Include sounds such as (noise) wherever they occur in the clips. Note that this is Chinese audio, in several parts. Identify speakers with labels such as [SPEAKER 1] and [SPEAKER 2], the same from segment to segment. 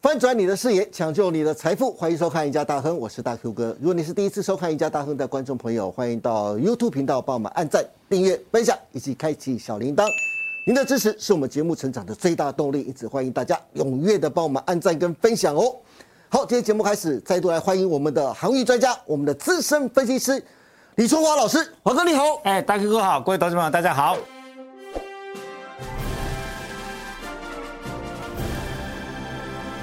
[SPEAKER 1] 翻转你的视野，抢救你的财富，欢迎收看《赢家大亨》，我是大 Q 哥。如果你是第一次收看《赢家大亨》的观众朋友，欢迎到 YouTube 频道帮我们按赞、订阅、分享以及开启小铃铛。您的支持是我们节目成长的最大动力，因此欢迎大家踊跃的帮我们按赞跟分享哦。好，今天节目开始，再度来欢迎我们的航运专家，我们的资深分析师李春华老师，华哥你好。
[SPEAKER 2] 哎，大 Q 哥好，各位投资朋友大家好。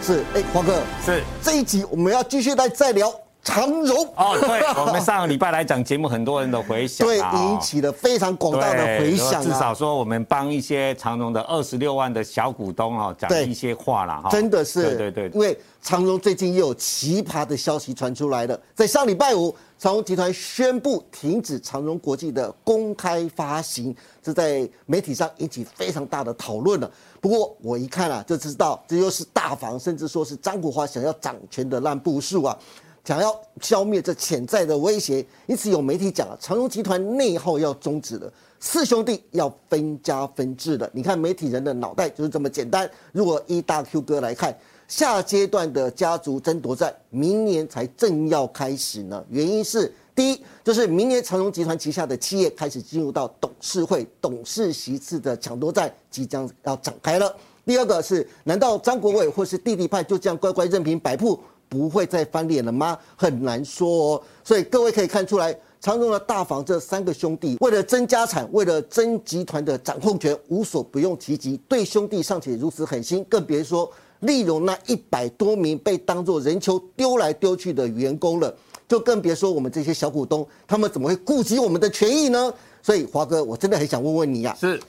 [SPEAKER 1] 是，哎，华哥，
[SPEAKER 2] 是
[SPEAKER 1] 这一集我们要继续来再聊长荣 (laughs)
[SPEAKER 2] 哦，对，我们上个礼拜来讲节目，很多人的回响、
[SPEAKER 1] 对
[SPEAKER 2] 啊，
[SPEAKER 1] 引起了非常广
[SPEAKER 2] 对
[SPEAKER 1] 大的回响啊，
[SPEAKER 2] 至少说我们帮一些长荣的二十六万的小股东哦讲
[SPEAKER 1] 对
[SPEAKER 2] 一些话啦哈，
[SPEAKER 1] 真的是，
[SPEAKER 2] 对对
[SPEAKER 1] 因
[SPEAKER 2] 对，
[SPEAKER 1] 为长荣最近又有奇葩的消息传出来了，在上礼拜五，长荣集团宣布停止长荣国际的公开发行，这在媒体上引起非常大的讨论了。不过我一看啊，就知道这又是大房，甚至说是张国华想要掌权的烂步数啊。想要消灭这潜在的威胁，因此有媒体讲啊，长荣集团内耗要终止了，四兄弟要分家分治了。你看媒体人的脑袋就是这么简单。如果依大 Q 哥来看，下阶段的家族争夺战明年才正要开始呢，原因是。第一，就是明年长荣集团旗下的企业开始进入到董事会、董事席次的抢夺战即将要展开了。第二个是，难道张国伟或是弟弟派就这样乖乖任凭摆布，不会再翻脸了吗？很难说哦。所以各位可以看出来，长荣的大房这三个兄弟为了争家产，为了争集团的掌控权，无所不用其极，对兄弟尚且如此狠心，更别说利用那一百多名被当作人球丢来丢去的员工了。就更别说我们这些小股东，他们怎么会顾及我们的权益呢？所以，华哥，我真的很想问问你呀、啊
[SPEAKER 2] 是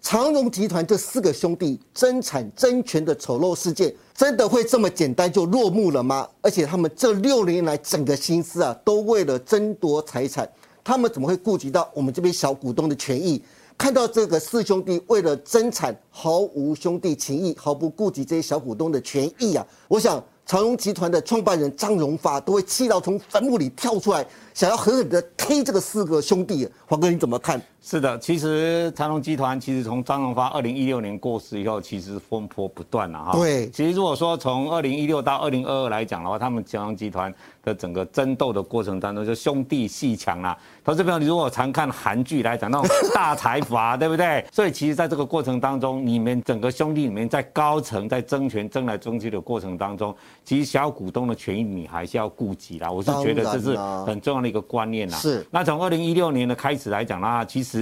[SPEAKER 1] 长荣集团这四个兄弟争产争权的丑陋事件，真的会这么简单就落幕了吗？而且他们这六年来整个心思啊，都为了争夺财产，他们怎么会顾及到我们这边小股东的权益？看到这个四兄弟为了争产毫无兄弟情义，毫不顾及这些小股东的权益啊，我想长荣集团的创办人张荣发都会气到从坟墓里跳出来，想要狠狠地踢这个四个兄弟。啊黄哥你怎么看？
[SPEAKER 2] 是的，其实长隆集团其实从张荣发二零一六年过世以后，其实风波不断了哈。
[SPEAKER 1] 对
[SPEAKER 2] 其实如果说从二零一六到二零二二来讲的话，他们长隆集团的整个争斗的过程当中，就兄弟戏强啦。投资朋友，你如果常看韩剧来讲，那种大财阀， (laughs) 对不对？所以其实在这个过程当中，你们整个兄弟里面在高层在争权争来争去的过程当中，其实小股东的权益你还是要顾及啦。我是觉得这
[SPEAKER 1] 当
[SPEAKER 2] 是
[SPEAKER 1] 然啦
[SPEAKER 2] 很重要的一个观念啦。
[SPEAKER 1] 是
[SPEAKER 2] 那从二零一六年的开始来讲啦，其实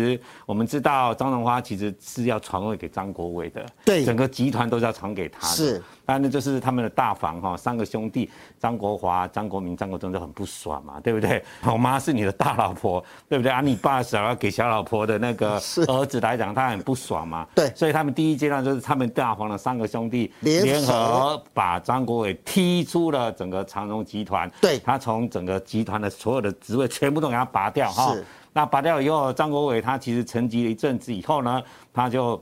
[SPEAKER 2] 我们知道张荣花其实是要传位给张国伟的，
[SPEAKER 1] 对
[SPEAKER 2] 整个集团都是要传给他的。
[SPEAKER 1] 是，
[SPEAKER 2] 当然就是他们的大房哈，三个兄弟张国华、张国明、张国忠就很不爽嘛，对不对？我妈是你的大老婆，对不对？啊，你爸想要给小老婆的那个
[SPEAKER 1] 是
[SPEAKER 2] 儿子来讲，他很不爽嘛。
[SPEAKER 1] 对
[SPEAKER 2] 所以他们第一阶段就是他们大房的三个兄弟
[SPEAKER 1] 联
[SPEAKER 2] 联合
[SPEAKER 1] 手
[SPEAKER 2] 把张国伟踢出了整个长荣集团。
[SPEAKER 1] 对
[SPEAKER 2] 他从整个集团的所有的职位全部都给他拔掉哈
[SPEAKER 1] 是。
[SPEAKER 2] 那拔掉以后，张国伟他其实沉寂了一阵子以后呢，他就。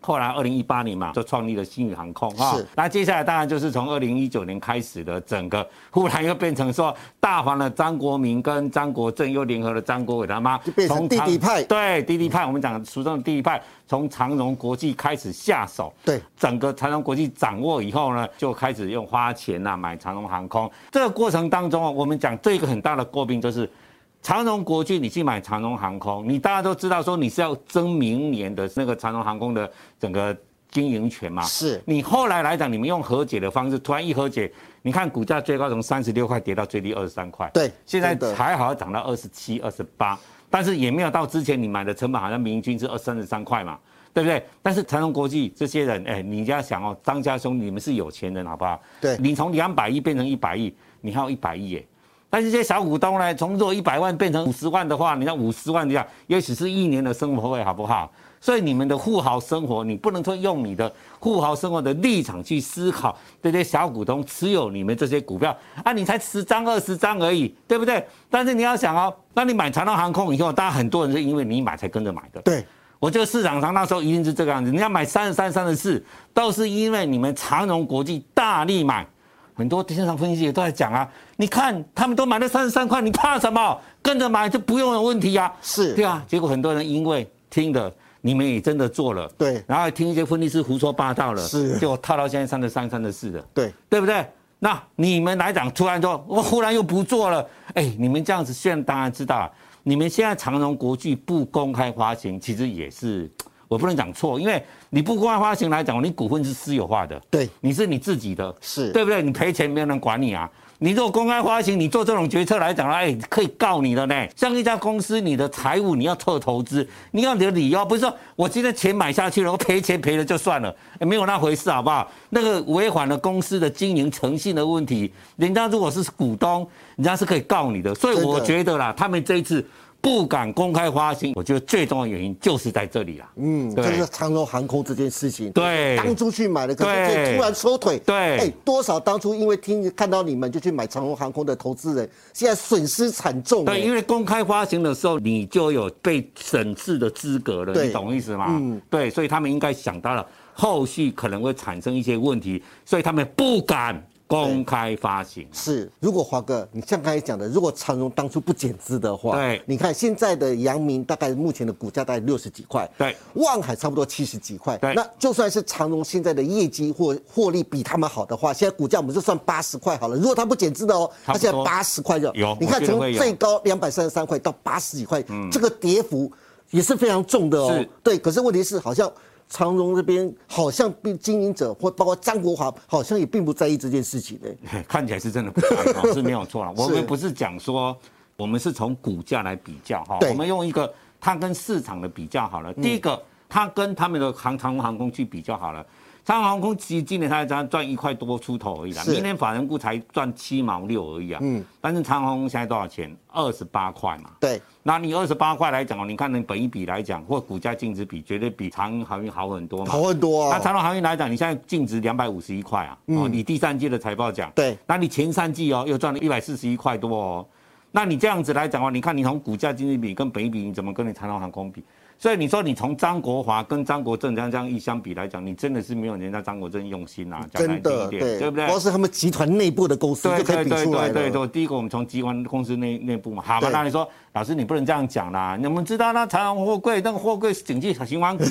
[SPEAKER 2] 后来，二零一八年嘛，就创立了星宇航空哈
[SPEAKER 1] 是。
[SPEAKER 2] 那接下来当然就是从二零一九年开始的整个，忽然又变成说，大黄的张国明跟张国正又联合了张国伟他妈，
[SPEAKER 1] 就变成
[SPEAKER 2] 从长
[SPEAKER 1] 弟弟派
[SPEAKER 2] 对弟弟派，我们讲俗称的弟弟派，从长荣国际开始下手，
[SPEAKER 1] 对
[SPEAKER 2] 整个长荣国际掌握以后呢，就开始用花钱呐、买长荣航空。这个过程当中啊，我们讲这个很大的诟病就是。长荣国际，你去买长荣航空，你大家都知道说你是要争明年的那个长荣航空的整个经营权嘛。
[SPEAKER 1] 是
[SPEAKER 2] 你后来来讲，你们用和解的方式，突然一和解，你看股价最高从三十六块跌到最低二十三块，
[SPEAKER 1] 对
[SPEAKER 2] 现在
[SPEAKER 1] 真的
[SPEAKER 2] 还好涨到二十七、二十八，但是也没有到之前你买的成本好像平均是二三十三块嘛，对不对？但是长隆国际这些人，哎，你要想哦，张家兄你们是有钱人好不好？
[SPEAKER 1] 对
[SPEAKER 2] 你从两百亿变成一百亿，你还有一百亿耶。但是这些小股东呢，从若一百万变成五十万的话，你那五十万这样，也许是一年的生活费，好不好？所以你们的富豪生活，你不能说用你的富豪生活的立场去思考这些小股东持有你们这些股票啊，你才十张二十张而已，对不对？但是你要想哦，那你买长隆航空以后，当然很多人是因为你买才跟着买的，
[SPEAKER 1] 对，
[SPEAKER 2] 我觉得市场上那时候一定是这个样子，人家买三十三、三十四，都是因为你们长荣国际大力买，很多市场分析也都在讲啊，你看他们都买了三十三块，你怕什么？跟着买就不用有问题啊。
[SPEAKER 1] 是
[SPEAKER 2] 对啊，结果很多人因为听的你们也真的做了，
[SPEAKER 1] 对
[SPEAKER 2] 然后听一些分析师胡说八道了，
[SPEAKER 1] 是
[SPEAKER 2] 结果套到现在三的三三的四的，
[SPEAKER 1] 对，
[SPEAKER 2] 对不对？那你们来讲，突然说，我忽然又不做了，哎，你们这样子，现在当然知道啊，你们现在长荣国际不公开发行，其实也是我不能讲错，因为你不公开发行来讲，你股份是私有化的，
[SPEAKER 1] 对
[SPEAKER 2] 你是你自己的，
[SPEAKER 1] 是
[SPEAKER 2] 对不对？你赔钱没有人管你啊。你如果公开发行，你做这种决策来讲哎，可以告你的呢。像一家公司，你的财务你要做投资，你要有理由，不是说我今天钱买下去了，我赔钱赔了就算了，哎没有那回事，好不好？那个违反了公司的经营诚信的问题，人家如果是股东，人家是可以告你的。所以
[SPEAKER 1] 真的
[SPEAKER 2] 我觉得啦，他们这一次不敢公开发行，我觉得最重要的原因就是在这里啦。
[SPEAKER 1] 嗯，
[SPEAKER 2] 对
[SPEAKER 1] 就是长荣航空这件事情，
[SPEAKER 2] 对
[SPEAKER 1] 当初去买的，可是
[SPEAKER 2] 对
[SPEAKER 1] 这突然收腿，
[SPEAKER 2] 对
[SPEAKER 1] 哎，多少当初因为听看到你们就去买长荣航空的投资人，现在损失惨重，哎
[SPEAKER 2] 对，因
[SPEAKER 1] 为
[SPEAKER 2] 为公开发行的时候，你就有被审视的资格了，
[SPEAKER 1] 对
[SPEAKER 2] 你懂意思吗？
[SPEAKER 1] 嗯
[SPEAKER 2] 对，所以他们应该想到了后续可能会产生一些问题，所以他们不敢公开发行。
[SPEAKER 1] 是，如果华哥，你像刚才讲的，如果长荣当初不减资的话，
[SPEAKER 2] 对
[SPEAKER 1] 你看现在的阳明大概目前的股价大概六十几块，
[SPEAKER 2] 对，
[SPEAKER 1] 望海差不多七十几块，
[SPEAKER 2] 对
[SPEAKER 1] 那就算是长荣现在的业绩或获利比他们好的话，现在股价我们就算八十块好了。如果它不减资的哦，它
[SPEAKER 2] 差不多
[SPEAKER 1] 现在八十块就
[SPEAKER 2] 有
[SPEAKER 1] 你看
[SPEAKER 2] 我觉得
[SPEAKER 1] 从
[SPEAKER 2] 会有嗯
[SPEAKER 1] 最高两百三十三块到八十几块，这个跌幅也是非常重的哦
[SPEAKER 2] 是。
[SPEAKER 1] 对，可是问题是好像。长荣这边好像并经营者或包括张国华，好像也并不在意这件事情呢、
[SPEAKER 2] (laughs) 看起来是真的不太
[SPEAKER 1] (laughs)
[SPEAKER 2] 好，是没有错了。我
[SPEAKER 1] 是
[SPEAKER 2] 们不是讲说，我们是从股价来比较哈，
[SPEAKER 1] 对嗯
[SPEAKER 2] 我们用一个它跟市场的比较好了。第一个，它跟他们的航长荣航空去比较好了。长荣航空其实今年它才赚一块多出头而已啦，
[SPEAKER 1] 是
[SPEAKER 2] 明年法人股才赚七毛六而已啊。嗯，但是长荣航空现在多少钱？二十八块嘛。
[SPEAKER 1] 对，
[SPEAKER 2] 那你二十八块来讲，你看你本一比来讲，或股价净值比，绝对比长荣航运好很多嘛。
[SPEAKER 1] 好很多
[SPEAKER 2] 那
[SPEAKER 1] 啊、
[SPEAKER 2] 长隆航运来讲，你现在净值两百五十一块啊，哦，你第三季的财报讲，
[SPEAKER 1] 嗯对
[SPEAKER 2] 那你前三季哦又赚了一百四十一块多哦，那你这样子来讲哦，你看你从股价经济比跟本益比，你怎么跟你长隆航空比？所以你说你从张国华跟张国正这样这样一相比来讲，你真的是没有人家张国正用心啊，讲
[SPEAKER 1] 真
[SPEAKER 2] 难听一
[SPEAKER 1] 的
[SPEAKER 2] 点，
[SPEAKER 1] 对，
[SPEAKER 2] 对不对？
[SPEAKER 1] 光是他们集团内部的公司
[SPEAKER 2] 对
[SPEAKER 1] 就可
[SPEAKER 2] 对
[SPEAKER 1] 以比
[SPEAKER 2] 对
[SPEAKER 1] 出来
[SPEAKER 2] 对对
[SPEAKER 1] 了。
[SPEAKER 2] 对，第一个我们从集团公司内内部嘛，好吧，
[SPEAKER 1] 对
[SPEAKER 2] 那你说老师你不能这样讲啦，你们知道那长荣货柜那个货柜是景气循环股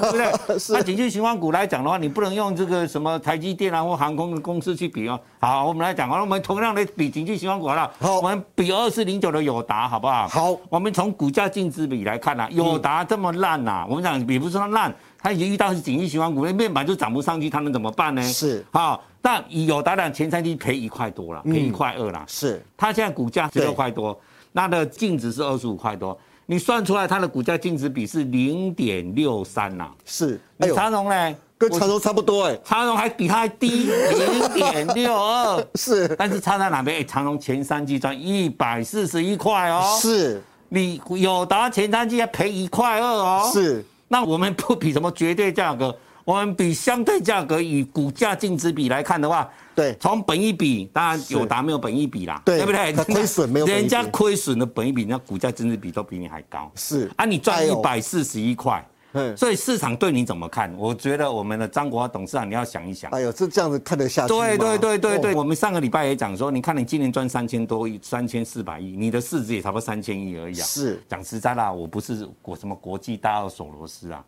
[SPEAKER 1] (laughs)
[SPEAKER 2] 对不对？那景气循环股来讲的话，你不能用这个什么台积电啊或航空公司去比哦。好，我们来讲啊，我们同样的比景气循环股好了，
[SPEAKER 1] 好
[SPEAKER 2] 我们比二四零九的友达好不好？
[SPEAKER 1] 好
[SPEAKER 2] 我们从股价净值比来看啊，友达这么烂呐、我们讲比不是它烂，它已经遇到是景气循环股，那面板就涨不上去，它能怎么办呢？
[SPEAKER 1] 是
[SPEAKER 2] 好、那友达两前三季赔一块多
[SPEAKER 1] 嗯
[SPEAKER 2] 了，赔一块二啦。
[SPEAKER 1] 是
[SPEAKER 2] 它现在股价十
[SPEAKER 1] 对
[SPEAKER 2] 六块多，那的净值是二十五块多，你算出来它的股价净值比是零点六三呐。
[SPEAKER 1] 是，哎
[SPEAKER 2] 你
[SPEAKER 1] 呦，
[SPEAKER 2] 长荣呢？
[SPEAKER 1] 跟
[SPEAKER 2] 我
[SPEAKER 1] 长荣差不多哎、
[SPEAKER 2] 长荣还比它还低零点
[SPEAKER 1] (laughs)
[SPEAKER 2] 六二，
[SPEAKER 1] 是
[SPEAKER 2] 但是差在哪边？哎，长荣前三季赚一百四十一块哦，
[SPEAKER 1] 是
[SPEAKER 2] 你友达前三季要赔一块二哦，。
[SPEAKER 1] 是，
[SPEAKER 2] 那我们不比什么绝对价格， (laughs) 我们比相对价格与股价净值比来看的话，
[SPEAKER 1] 对
[SPEAKER 2] 从本一比，当然有达没有本一比啦，
[SPEAKER 1] 对
[SPEAKER 2] 不对？
[SPEAKER 1] 它亏损没有本益比
[SPEAKER 2] 人家亏损的本一比，人家股价净值比都比你还高，
[SPEAKER 1] 是
[SPEAKER 2] 啊，你赚
[SPEAKER 1] 哎
[SPEAKER 2] 一
[SPEAKER 1] 呦
[SPEAKER 2] 百四十一块
[SPEAKER 1] 嗯，
[SPEAKER 2] 所以市场对你怎么看？我觉得我们的张国华董事长，你要想一想。
[SPEAKER 1] 哎呦，这这样子看得下去吗
[SPEAKER 2] 对对对对对，
[SPEAKER 1] 哦
[SPEAKER 2] 我们上个礼拜也讲说，你看你今年赚三千多亿，三千四百亿，你的市值也差不多三千亿而已啊。
[SPEAKER 1] 是
[SPEAKER 2] 讲实在啦，我不是国什么国际大鳄索罗斯
[SPEAKER 1] (laughs)
[SPEAKER 2] 啊。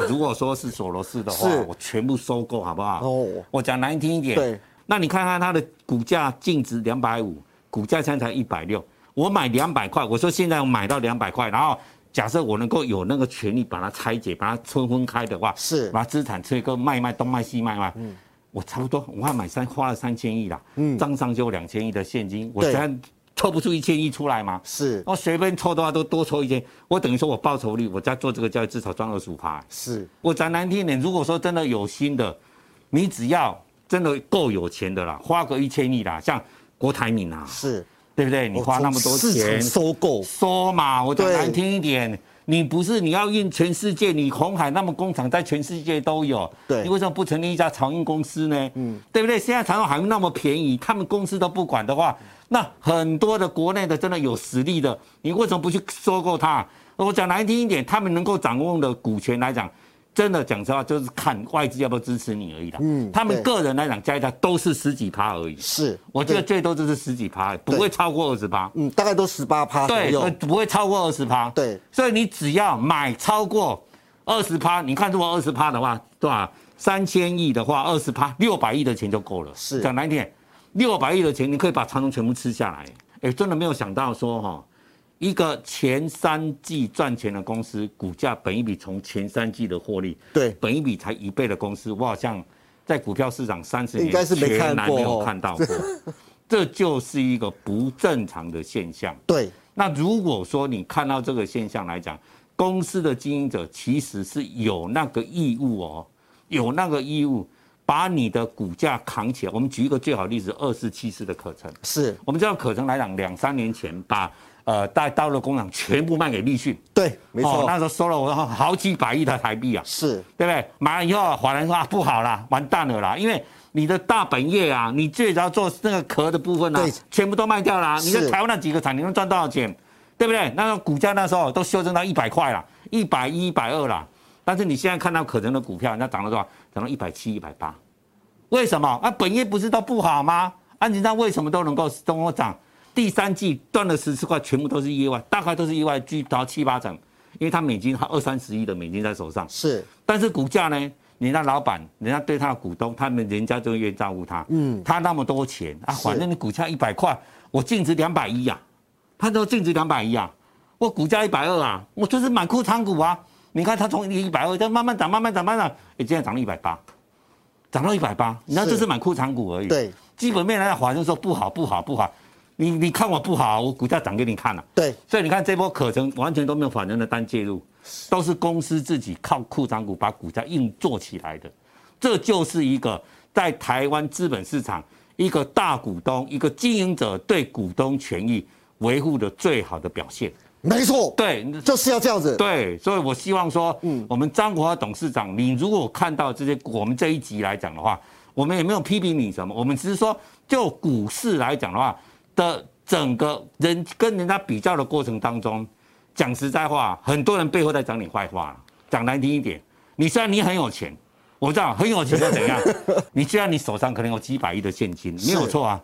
[SPEAKER 2] 我如果说是索罗斯的话
[SPEAKER 1] 是，
[SPEAKER 2] 我全部收购好不好？
[SPEAKER 1] 哦
[SPEAKER 2] 哦，我讲难听一点，
[SPEAKER 1] 对，
[SPEAKER 2] 那你看看它的股价净值两百五，股价现在才一百六，我买两百块，我说现在我买到两百块，然后。假设我能够有那个权利把它拆解，把它拆分开的话，
[SPEAKER 1] 是
[SPEAKER 2] 把资产切割卖卖东卖西卖卖，
[SPEAKER 1] 嗯
[SPEAKER 2] 我差不多我还买三花了三千亿啦，账上就有两千亿的现金，我
[SPEAKER 1] 对
[SPEAKER 2] 现在抽不出一千亿出来嘛，
[SPEAKER 1] 是
[SPEAKER 2] 我随便抽的话都多抽一千，我等于说我报酬率，我在做这个交易至少赚二十五趴。
[SPEAKER 1] 是
[SPEAKER 2] 我讲难听一点，如果说真的有心的，你只要真的够有钱的啦，花个一千亿啦，像郭台铭啊，
[SPEAKER 1] 是，
[SPEAKER 2] 对不对？你
[SPEAKER 1] 哦
[SPEAKER 2] 花那么多
[SPEAKER 1] 从市
[SPEAKER 2] 钱
[SPEAKER 1] 场，收购
[SPEAKER 2] 说嘛，我讲
[SPEAKER 1] 对
[SPEAKER 2] 难听一点，你不是你要运全世界，你红海那么工厂在全世界都有，
[SPEAKER 1] 对
[SPEAKER 2] 你为什么不成立一家长运公司呢？嗯，对不对？现在长运航运那么便宜，他们公司都不管的话，那很多的国内的真的有实力的，你为什么不去收购它？我讲难听一点，他们能够掌握的股权来讲。真的讲实话，就是看外资要不要支持你而已啦。
[SPEAKER 1] 嗯
[SPEAKER 2] 嗯，他们
[SPEAKER 1] 对
[SPEAKER 2] 个人来讲加一加都是十几趴而已，
[SPEAKER 1] 是，
[SPEAKER 2] 我觉得
[SPEAKER 1] 对
[SPEAKER 2] 最多就是十几趴，不会超过二十趴。
[SPEAKER 1] 嗯，大概都十八趴左
[SPEAKER 2] 对，呃
[SPEAKER 1] 右
[SPEAKER 2] 呃，不会超过二十趴。
[SPEAKER 1] 对，
[SPEAKER 2] 所以你只要买超过二十趴，你看如果二十趴的话，对吧？三千亿的话，二十趴六百亿的钱就够了。
[SPEAKER 1] 是
[SPEAKER 2] 讲难听点，六百亿的钱你可以把长隆全部吃下来。哎，真的没有想到说哈、一个前三季赚钱的公司，股价本一比从前三季的获利，
[SPEAKER 1] 对
[SPEAKER 2] 本一比才一倍的公司，我好像在股票市场三十年
[SPEAKER 1] 应该是没
[SPEAKER 2] 全
[SPEAKER 1] 看
[SPEAKER 2] 然
[SPEAKER 1] 过
[SPEAKER 2] 没有
[SPEAKER 1] 哦
[SPEAKER 2] 看到过，这就是一个不正常的现象。
[SPEAKER 1] 对，
[SPEAKER 2] 那如果说你看到这个现象来讲，公司的经营者其实是有那个义务哦，有那个义务把你的股价扛起来。我们举一个最好的例子，二四七四的可成，
[SPEAKER 1] 是，
[SPEAKER 2] 我们知道可成来讲，两三年前把呃大大陆的工厂全部卖给立讯，
[SPEAKER 1] 对，没
[SPEAKER 2] 哦
[SPEAKER 1] 错，
[SPEAKER 2] 那时候收了我好几百亿的台币啊，
[SPEAKER 1] 是
[SPEAKER 2] 对不对？买了以后，华人说啊不好啦，完蛋了啦，因为你的大本业啊，你最早做那个壳的部分啊
[SPEAKER 1] 对，
[SPEAKER 2] 全部都卖掉啦。
[SPEAKER 1] 是
[SPEAKER 2] 你在台湾那几个厂，你能赚多少钱？对不对？那个股价那时候都修正到一百块啦，一百一、一百二啦。但是你现在看到可能的股票，人家涨了多少？涨到一百七、一百八，为什么？啊，本业不是都不好吗？啊，人家为什么都能够都能够涨？第三季赚了十四块，全部都是意外，大概都是意外，居到七八成，因为他美金他二三十亿的美金在手上，
[SPEAKER 1] 是，
[SPEAKER 2] 但是股价呢？人家老板，人家对他的股东，他们人家就越照顾他。嗯，他那么多钱啊，
[SPEAKER 1] 是
[SPEAKER 2] 反正你股价一百块，我净值两百一呀，他都净值两百一啊，我股价一百二啊，我就是满库仓股啊。你看他从一百二，再慢慢涨，慢慢涨，慢慢涨，哎，今天涨到一百八，涨到一百八，你看
[SPEAKER 1] 是
[SPEAKER 2] 这是满库仓股而已。
[SPEAKER 1] 对，
[SPEAKER 2] 基本面来讲，华生说不好，不好，不好，你你看我不好，我股价涨给你看了、啊
[SPEAKER 1] 对，
[SPEAKER 2] 所以你看这波可成完全都没有法人的单介入，都是公司自己靠库藏股把股价硬做起来的，这就是一个在台湾资本市场一个大股东、一个经营者对股东权益维护的最好的表现。
[SPEAKER 1] 没错，
[SPEAKER 2] 对，
[SPEAKER 1] 就是要这样子，
[SPEAKER 2] 对，所以我希望说，嗯，我们张国华董事长，你如果看到这些，我们这一集来讲的话，我们也没有批评你什么，我们只是说，就股市来讲的话的整个人跟人家比较的过程当中，讲实在话，很多人背后在讲你坏话，讲难听一点，你虽然你很有钱，我知道很有钱又怎样？你虽然你手上可能有几百亿的现金，没有
[SPEAKER 1] 是
[SPEAKER 2] 错啊，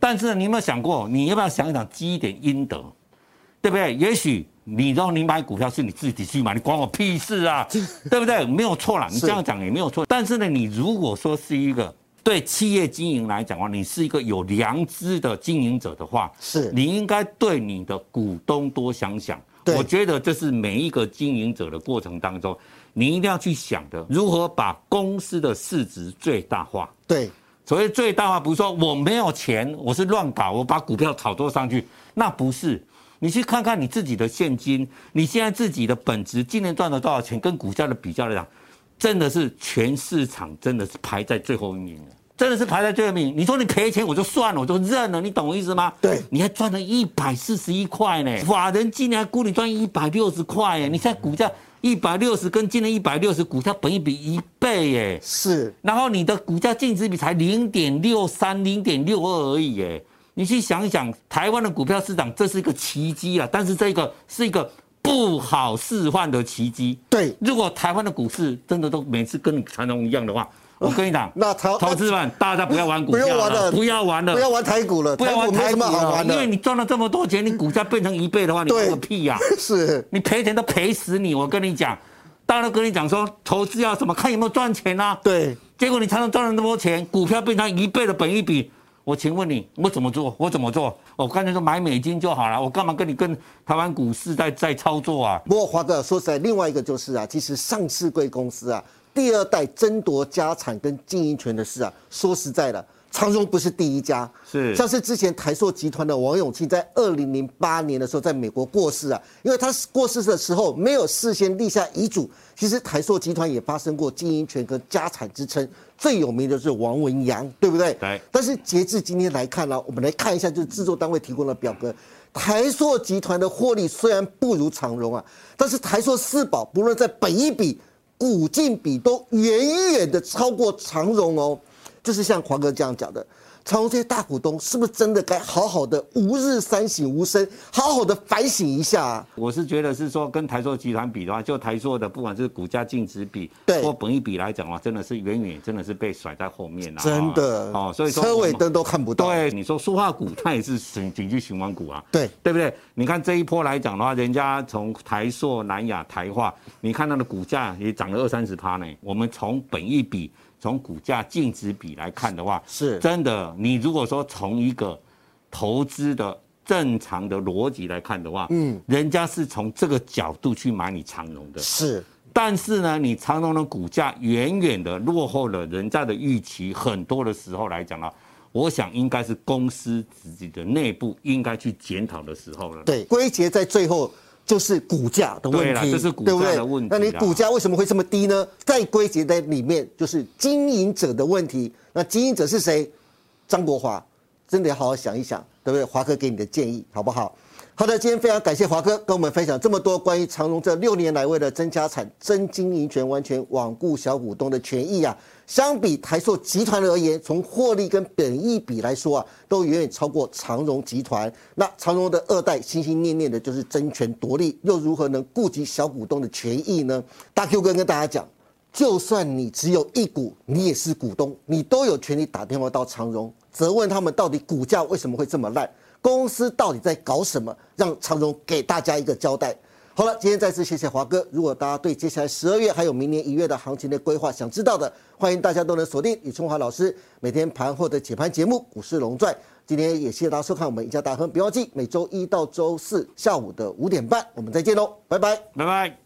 [SPEAKER 2] 但是你有没有想过，你要不要想一想积一点阴德？对不对？也许你让你买股票是你自己去买，你管我屁事啊，对不对？没有错啦，你
[SPEAKER 1] 是
[SPEAKER 2] 这样讲也没有错。但是呢，你如果说是一个对企业经营来讲的话，你是一个有良知的经营者的话，
[SPEAKER 1] 是
[SPEAKER 2] 你应该对你的股东多想想。
[SPEAKER 1] 对
[SPEAKER 2] 我觉得这是每一个经营者的过程当中，你一定要去想的，如何把公司的市值最大化。
[SPEAKER 1] 对，
[SPEAKER 2] 所谓最大化，不是说我没有钱，我是乱搞，我把股票炒作上去，那不是。你去看看你自己的现金，你现在自己的本值，今年赚了多少钱，跟股价的比较来讲，真的是全市场真的是排在最后一名了，真的是排在最后一名。你说你赔钱我就算了，我就认了，你懂我意思吗？
[SPEAKER 1] 对
[SPEAKER 2] 你还赚了一百四十一块呢，法人今年还估你赚一百六十块耶，你现在股价一百六十跟今年一百六十，股价本一比一倍耶。
[SPEAKER 1] 是，
[SPEAKER 2] 然后你的股价净值比才零点六三、零点六二而已，耶！你去想一想，台湾的股票市场这是一个奇迹啊，但是这个是一个不好示范的奇迹。
[SPEAKER 1] 对，
[SPEAKER 2] 如果台湾的股市真的都每次跟你长隆一样的话，我跟你讲，
[SPEAKER 1] (laughs) 那台
[SPEAKER 2] 投资们大家不要玩股
[SPEAKER 1] 不
[SPEAKER 2] 票
[SPEAKER 1] 要玩了，
[SPEAKER 2] 不要玩了
[SPEAKER 1] 不，要玩台股了，
[SPEAKER 2] 不要玩
[SPEAKER 1] 股没
[SPEAKER 2] 台
[SPEAKER 1] 什
[SPEAKER 2] 股
[SPEAKER 1] 么好
[SPEAKER 2] 了，
[SPEAKER 1] 玩
[SPEAKER 2] 因
[SPEAKER 1] 的，
[SPEAKER 2] 为你赚了这么多钱，你股价变成一倍的话，你
[SPEAKER 1] 对
[SPEAKER 2] 玩个屁呀！
[SPEAKER 1] (laughs) 是，
[SPEAKER 2] 你赔钱都赔死你，我跟你讲，大家都跟你讲说投资要什么，看有没有赚钱啊。
[SPEAKER 1] 对，
[SPEAKER 2] 结果你才能赚了那么多钱，股票变成一倍的本一比。我请问你，我怎么做？我怎么做？我干脆就买美金就好了，我干嘛跟你跟台湾股市在在操作啊？
[SPEAKER 1] 不过华哥说实在，另外一个就是啊，其实上市贵公司啊，第二代争夺家产跟经营权的事啊，说实在的，长荣不是第一家，
[SPEAKER 2] 是
[SPEAKER 1] 像是之前台塑集团的王永庆在二零零八年的时候在美国过世啊，因为他过世的时候没有事先立下遗嘱，其实台塑集团也发生过经营权跟家产之争，最有名的就是王文洋，对不对？
[SPEAKER 2] 对
[SPEAKER 1] 但是截至今天来看啊呢、我们来看一下，就是制作单位提供的表格。台塑集团的获利虽然不如长荣啊，但是台塑四宝不论在本益比、股净比都远远的超过长荣哦。就是像华哥这样讲的，长荣这些大股东是不是真的该好好的吾日三省吾身，好好的反省一下、啊？
[SPEAKER 2] 我是觉得是说跟台塑集团比的话，就台塑的不管是股价净值比
[SPEAKER 1] 对
[SPEAKER 2] 或本益比来讲的话，真的是远远真的是被甩在后面了、
[SPEAKER 1] 真的
[SPEAKER 2] 哦，所以说
[SPEAKER 1] 车
[SPEAKER 2] 我
[SPEAKER 1] 尾
[SPEAKER 2] 们
[SPEAKER 1] 灯都看不到。
[SPEAKER 2] 对，你说塑化股它也是景景气循环股啊，
[SPEAKER 1] 对
[SPEAKER 2] 对不对？你看这一波来讲的话，人家从台塑、南亚、台化，你看它的股价也涨了二三十趴呢。我们从本益比、从股价净值比来看的话，
[SPEAKER 1] 是
[SPEAKER 2] 真的。你如果说从一个投资的正常的逻辑来看的话，嗯，人家是从这个角度去买你长荣的，
[SPEAKER 1] 是
[SPEAKER 2] 但是呢，你长隆的股价远远的落后了人家的预期，很多的时候来讲呢，我想应该是公司自己的内部应该去检讨的时候了。
[SPEAKER 1] 对，归结在最后就是股价的
[SPEAKER 2] 对
[SPEAKER 1] 问
[SPEAKER 2] 啦
[SPEAKER 1] 题，
[SPEAKER 2] 这是股
[SPEAKER 1] 对不
[SPEAKER 2] 价
[SPEAKER 1] 对
[SPEAKER 2] 的问题
[SPEAKER 1] 那你
[SPEAKER 2] 啦
[SPEAKER 1] 股价为什么会这么低呢？再归结在里面就是经营者的问题。那经营者是谁？张国华，真的要好好想一想，对不对？华哥给你的建议好不好？好的，今天非常感谢华哥跟我们分享这么多关于长荣这六年来为了争家产、争经营权、完全罔顾小股东的权益啊。相比台塑集团而言，从获利跟本益比来说啊，都远远超过长荣集团。那长荣的二代心心念念的就是争权夺利，又如何能顾及小股东的权益呢？大 Q 哥跟大家讲，就算你只有一股，你也是股东，你都有权利打电话到长荣，责问他们到底股价为什么会这么烂，公司到底在搞什么，让长荣给大家一个交代。好了，今天再次谢谢华哥。如果大家对接下来十二月还有明年一月的行情的规划想知道的，欢迎大家都能锁定李春华老师每天盘后的解盘节目《股市龙传》。今天也谢谢大家收看我们赢家大亨，别忘记每周一到周四下午的五点半，我们再见喽，拜拜。
[SPEAKER 2] 拜拜。